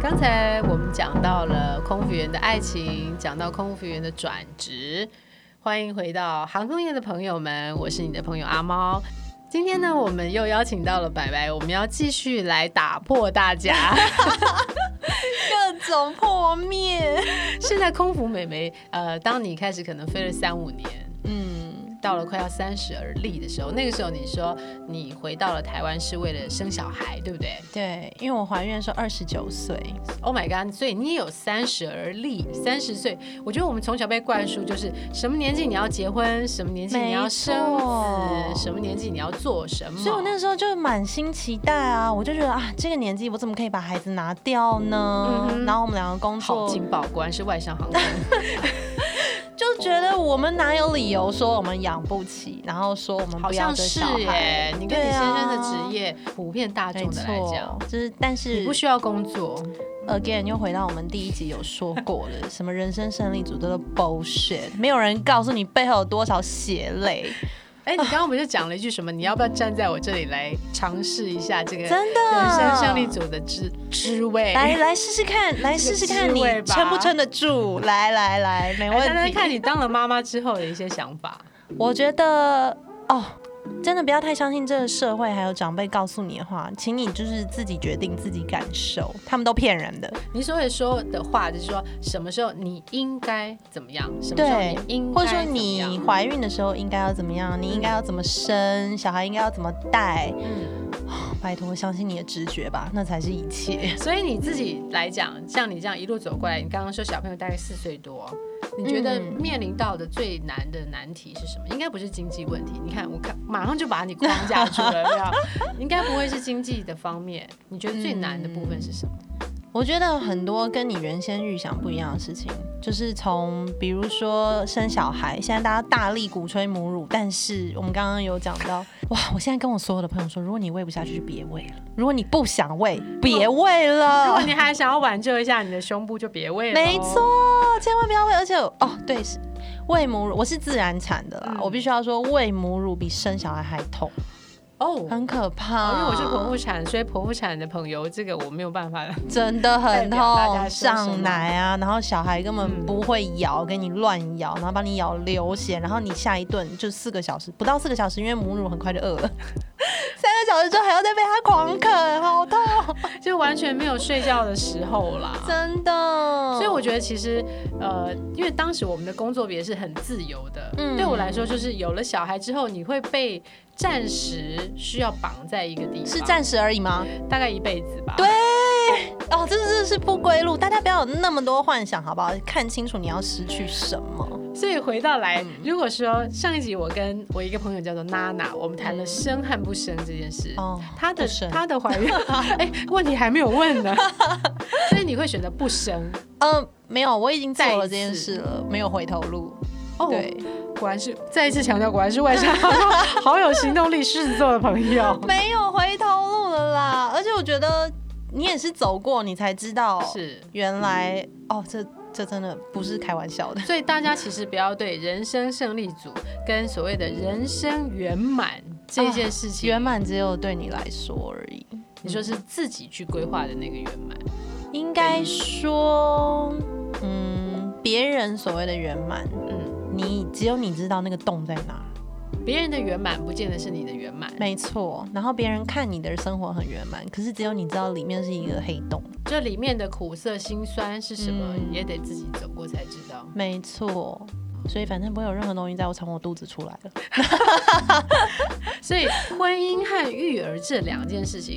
刚才我们讲到了空服员的爱情，讲到空服员的转职。欢迎回到航空业的朋友们，我是你的朋友阿猫。今天呢，我们又邀请到了白白，我们要继续来打破大家。各种破灭。现在空服美眉，呃，当你开始可能飞了三五年，嗯，到了快要三十而立的时候，那个时候你说你回到了台湾是为了生小孩，对不对对，因为我怀孕的时候二十九岁， ？Oh my god！所以你也有三十而立，三十岁。我觉得我们从小被灌输就是什么年纪你要结婚，什么年纪你要生没错子，什么年纪你要做什么。所以我那时候就满心期待啊，我就觉得啊，这个年纪我怎么可以把孩子拿掉呢？嗯哼然后我们两个工好作，劲爆，果然是外商航 空。就觉得我们哪有理由说我们养不起，然后说我们好不要像这是小孩耶，你跟你对先啊生的职业，普遍大没众的来错讲，，就是但是你不需要工作， again 又回到我们第一集有说过了，什么人生胜利组都是 bullshit，没有人告诉你背后有多少血泪，哎、你刚刚不是讲了一句什么？你要不要站在我这里来尝试一下这个人 真的生胜利组的滋滋味？来来试试看，来试试看滋你味吧撑不撑得住，来来来，没哎来谈问谈看题。你当了妈妈之后的一些想法。我觉得哦，真的不要太相信这个社会还有长辈告诉你的话，请你就是自己决定自己感受，他们都骗人的，你所谓说的话，就是说什么时候你应该怎么样，什么时候对你应该或者说怎么样你怀孕的时候应该要怎么样，你应该要怎么生，小孩应该要怎么带，哦嗯，拜托相信你的直觉吧，那才是一切。所以你自己来讲，像你这样一路走过来，你刚刚说小朋友大概四岁多，你觉得嗯面临到的最难的难题是什么？应该不是经济问题。你看，我看马上就把你框架住了，有没有？应该不会是经济的方面。你觉得最难的部分是什么？我觉得很多跟你原先预想不一样的事情，就是从比如说生小孩，现在大家大力鼓吹母乳，但是我们刚刚有讲到，哇，我现在跟我所有的朋友说，如果你喂不下去就别喂了，如果你不想喂，别喂如果了，你还想要挽救一下你的胸部，就别喂了。嗯哦没错，，千万不要喂，而且哦，对，是喂母乳，我是自然产的啦，嗯我必须要说，喂母乳比生小孩还痛，哦。很可怕，因为我是剖腹产，所以剖腹产的朋友，这个我没有办法。真的很代表大家痛，说什么上奶啊，然后小孩根本不会咬，给你乱咬，然后把你咬流血，然后你下一顿就四个小时，不到四个小时，因为母乳很快就饿了， 三个小时之后还要再被它狂啃，好痛，就完全没有睡觉的时候啦。真哦的。所以我觉得其实，呃，因为当时我们的工作也是很自由的，嗯对我来说，就是有了小孩之后，你会被暂时需要绑在一个地方，是暂时而已吗？大概一辈子吧。对，哦，这这是不归路，大家不要有那么多幻想，好不好？看清楚你要失去什么。所以回到来，嗯如果说上一集我跟我一个朋友叫做娜娜，我们谈了生和不生这件事。哦，她的不生她的怀孕， 哎、问题还没有问 呢，所以你会选择不生嗯，没有，我已经做再一了这件次事了，没有回头路。哦？对。，果然是再一次强调，果然是外向， 好有行动力，狮子座的朋友。没有回头路了啦。而且我觉得你也是走过，你才知道是，原来哦，这这真的不是开玩笑的。 所以大家其实不要对人生胜利组跟所谓的人生圆满这件事情，圆满只有对你来说而已，你说是自己去规划的那个圆满，应该说，嗯，别人所谓的圆满，嗯，你只有你知道那个洞在哪。别人的圆满不见得是你的圆满，没错，然后别人看你的生活很圆满，可是只有你知道里面是一个黑洞。这里面的苦涩辛酸是什么，嗯也得自己走过才知道。没错，所以反正不会有任何东西在我从我肚子出来了。所以婚姻和育儿这两件事情，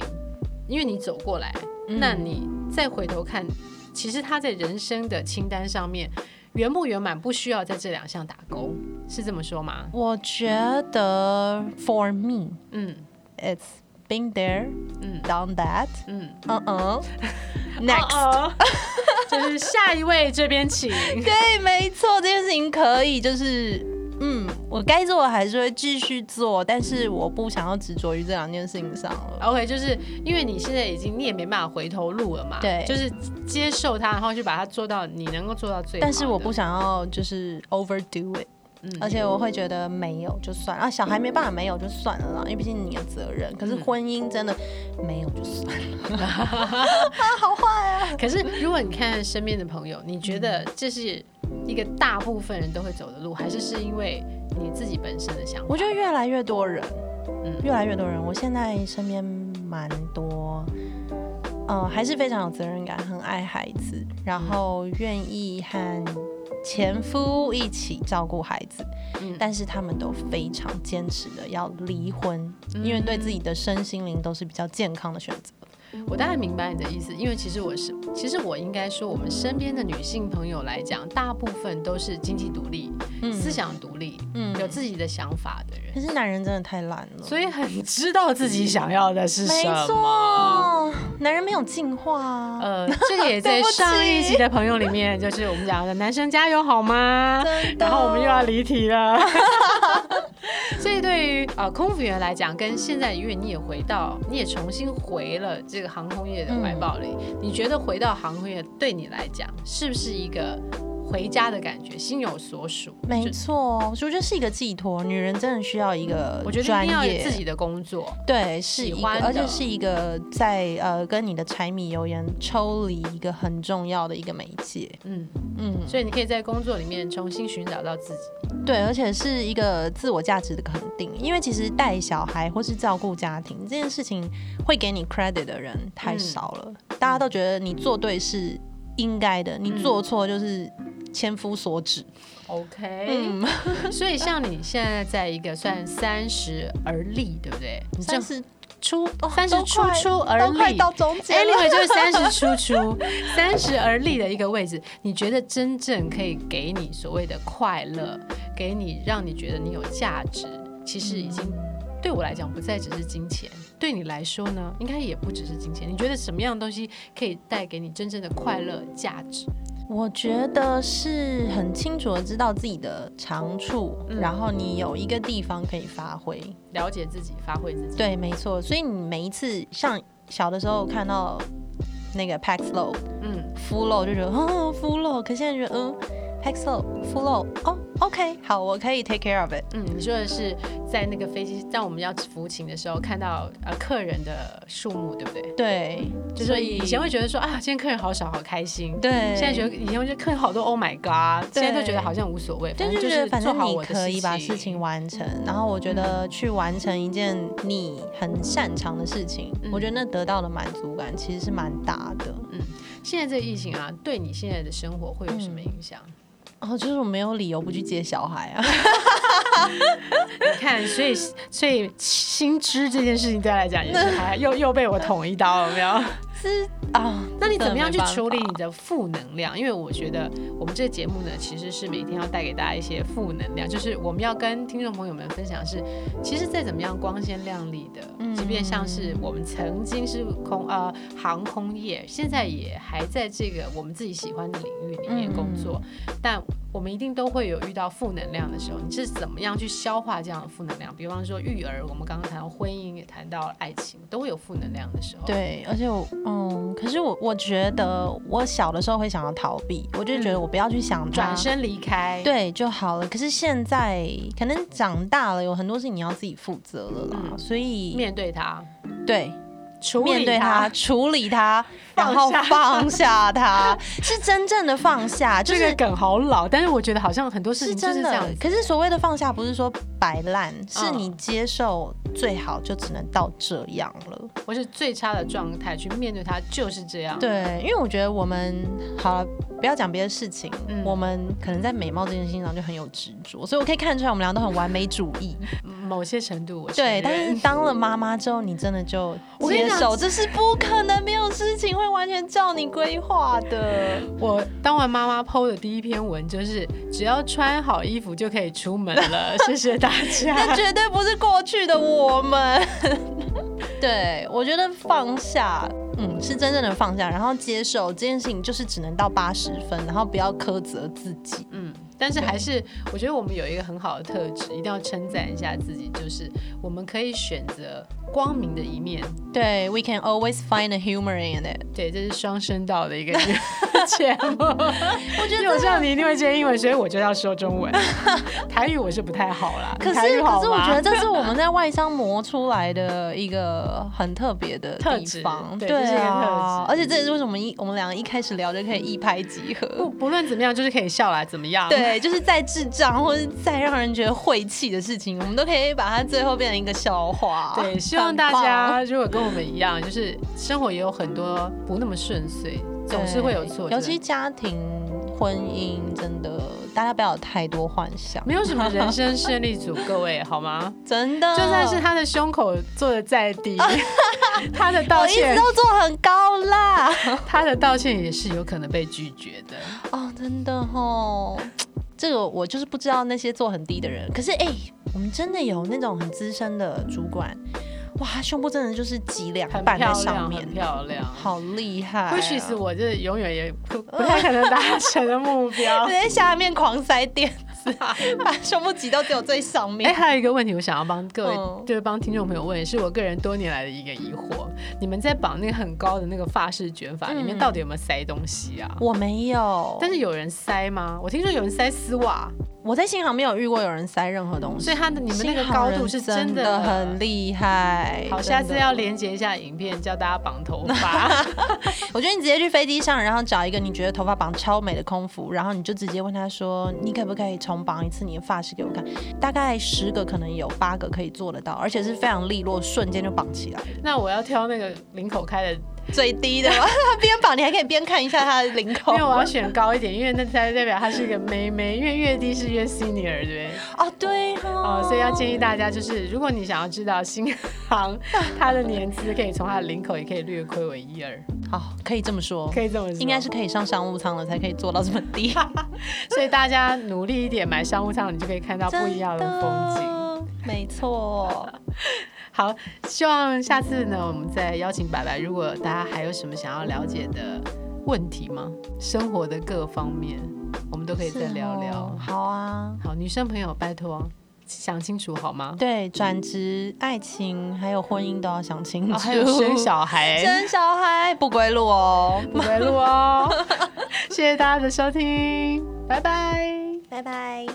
因为你走过来，嗯那你再回头看，其实他在人生的清单上面圆不圆满，不需要在这两项打勾，是这么说吗？我觉得 for me 嗯 it's been there, 嗯 done that. 嗯。嗯 嗯，next，哦哦就是下一位这边 请。对，没错，这件事情可以就是。嗯，我该做的还是会继续做，但是我不想要执着于这两件事情上了。 OK，就是因为你现在已经你也没办法回头路了嘛，对就是接受它，然后去把它做到你能够做到最好的。但是我不想要就是 overdo it，嗯而且我会觉得没有就算了，啊，小孩没办法没有就算了啦，因为毕竟是你的责任。可是嗯婚姻真的没有就算 了， 啊，好坏啊！可是如果你看身边的朋友，你觉得这是一个大部分人都会走的路，还是是因为你自己本身的想法？我觉得越来越多人，嗯越来越多人，我现在身边蛮多，呃，还是非常有责任感，很爱孩子，然后愿意和前夫一起照顾孩子，嗯但是他们都非常坚持的要离婚，嗯因为对自己的身心灵都是比较健康的选择。我大概明白你的意思，因为其实我是，其实我应该说，我们身边的女性朋友来讲，大部分都是经济独立、嗯思，想独立、嗯有自己的想法的人，可是男人真的太懒了，所以很知道自己想要的是没什么。错，男人没有进化啊。呃，这个 也在对不起上一集的朋友里面，就是我们讲的男生加油好吗？真的然后我们又要离题了。 所以对于呃空服员来讲，跟现在因为你也回到，你也重新回了这个航空业的怀抱里，你觉得回到航空业对你来讲是不是一个回家的感觉，心有所属？没就，错，我觉得是一个寄托。女人真的需要一个嗯我觉得专一定要有业自己的工作。对，是喜一个，欢而且的是一个在呃跟你的柴米油盐抽离一个很重要的一个媒介。嗯，嗯，所以你可以在工作里面重新寻找到自己。对，而且是一个自我价值的肯定。因为其实带小孩或是照顾家庭这件事情，会给你 credit 的人太嗯少了。大家都觉得你做对是应该的，你嗯做错就是千夫所指。 OK，、嗯，所以像你现在在一个算三十而立，对不对？你三正 十出哦三十都出快出而都快立。到终结了。 Anyway，就是三十出出，三十而立的一个位置，你觉得真正可以给你所谓的快乐，给你让你觉得你有价值，其实已经对我来讲不再只是金钱，对你来说呢，应该也不只是金钱。你觉得什么样的东西可以带给你真正的快乐、价值？我觉得是很清楚的知道自己的长处，嗯然后你有一个地方可以发挥。了解自己，发挥自己。对，没错。所以你每一次像小的时候看到那个 Pax Low 嗯，夫漏就觉得，嗯，夫漏，可现在觉得，嗯，Pax Low 夫漏，哦，OK，好，我可以 take care of it。嗯，你说的是在那个飞机，当我们要服勤的时候，看到呃客人的数目，对不对？对，就是以前会觉得说啊，今天客人好少，好开心。对，现在觉得以前会觉得客人好多，Oh my God！现对在都觉得好像无所谓，但正就就觉得是反做正好你我的可以把事情情。嗯完成，然后我觉得去完成一件你很擅长的事情，嗯我觉得那得到的满足感其实是蛮大的。现在这个疫情啊，对你现在的生活会有嗯什么影响？哦，就是我没有理由不去接小孩啊。 你看，所以所以薪资这件事情对他来讲也是还又又被我捅一刀，有没有？是啊，那你怎么样去真的没办法处理你的负能量？因为我觉得我们这个节目呢，其实是每天要带给大家一些负能量，就是我们要跟听众朋友们分享的是，其实再怎么样光鲜亮丽的，嗯即便像是我们曾经是空呃航空业，现在也还在这个我们自己喜欢的领域里面工作，嗯但我们一定都会有遇到负能量的时候，你是怎么样去消化这样的负能量？比方说育儿，我们刚刚谈到婚姻，也谈到爱情，都会有负能量的时候。，对，啊而且我嗯，可是我我觉得我小的时候会想要逃避，我就觉得我不要去想它嗯转。身离开。对就好了。可是现在可能长大了，有很多事情你要自己负责了啦，嗯所以面对它，对处面对它，它，处理 它，然放后下放下它，是真正的放下，就这是个梗好老，但是我觉得好像很多事是情就是真这样的。子。可是所谓的放下，不是说摆烂，是嗯你接受最好就只能到这样了。我是最差的状态去面对它，就是这样。，对，因为我觉得我们好了，不要讲别的事情，嗯我们可能在美貌这件事情上就很有执着，所以我可以看出来我们俩都很完美主 义。某些程度我承认对，但是当了妈妈之后，你真的就我跟你接讲受，这是不可能没有事情会完全照你规划 的。我当完妈妈 PO 的第一篇文就是，只要穿好衣服就可以出门 了，谢谢大那家。绝对不是过去的我们。 对，我觉得放下，嗯，是真正的放下，然后接受这件事情就是只能到八十分，然后不要苛责自己。嗯，但是还是我觉得我们有一个很好的特质，一定要称赞一下自己，就是我们可以选择光明的一面。对，we can always find a humor in it。 对，这是双声道的一个的节目，我觉因得为我这知道你一定会接英嗯文，所以我就要说中 文。台语我是不太好啦，可台语是，好可是我吗觉得这 是我们在外商磨出来的一个很特别的特地质方，对对这是一个特啊质，而且这也是为什么一我们两个一开始聊就可以一拍即不合。不论怎么样，就是可以笑啦，怎么样？对，就是再智障或者再让人觉得晦气的事情，我们都可以把它最后变成一个笑话。 对，希望很大棒家如果跟我们一样，就是生活也有很多不那么顺遂，总是会有挫对折，尤其家庭、婚姻，真的大家不要有太多幻想，没有什么人生胜利组，各位好 吗？真的就算是他的胸口做的再低， 他的道嗯 我一直歉，都做很高啦。他的道歉也是有可能被拒绝的。哦，真的吼，这个我就是不知道那些做很低的人。可是哎、我们真的有那种很资深的主管，哇，他胸部真的就是脊梁很漂板在亮，上面很，漂亮。好厉害、啊。或许是我这永远也不哎 不太可能达成的目标。在下面狂塞垫子， 把胸部挤到只有最上 哎、面。还有一个问题，我想要帮各位，嗯就是帮听众朋友问，也是我个人多年来的一个疑惑：你们在绑那个很高的那个发饰卷发里面，嗯到底有没有塞东西啊？我没有，但是有人塞吗？我听说有人塞丝袜，我在新航没有遇过有人塞任何东西所以。他的你们那个新高航度人是真的的很厉害。好，真下次的要连接一下影片，教大家绑头 发。我觉得你直接去飞机上，然后找一个你觉得头发绑超美的空服，然后你就直接问他说：“你可不可以重绑一次你的发饰给我看？”大概十个可能有八个可以做得到，而且是非常利落，瞬间就绑起来。那我要挑那个领口开的，最低的吧，他 边绑你还可以边看一下他的领口。因为我要选高一点，因为那才代表她是一个妹妹，因为越低是越 senior，对不对？哦，对哦哦，所以要建议大家，就是如果你想要知道新航 它的年资，可以从它的领口也可以略窥为一二，好，哦可以这么说，可以这么说。应该是，可以上商务舱了才可以做到这么 低，所以大家努力一点，买商务舱，你就可以看到不一样的风景。景。没错，好，希望下次呢，我们再邀请白白。如果大家还有什么想要了解的问题吗？生活的各方面，我们都可以再聊是聊。哦好啊。好，女生朋友，拜托想清楚好 吗？对，转职、爱情还有婚姻都要想清楚，哦，还有生小孩， 生小孩不归路哦。不会录哦。谢谢大家的收听，拜拜。拜拜。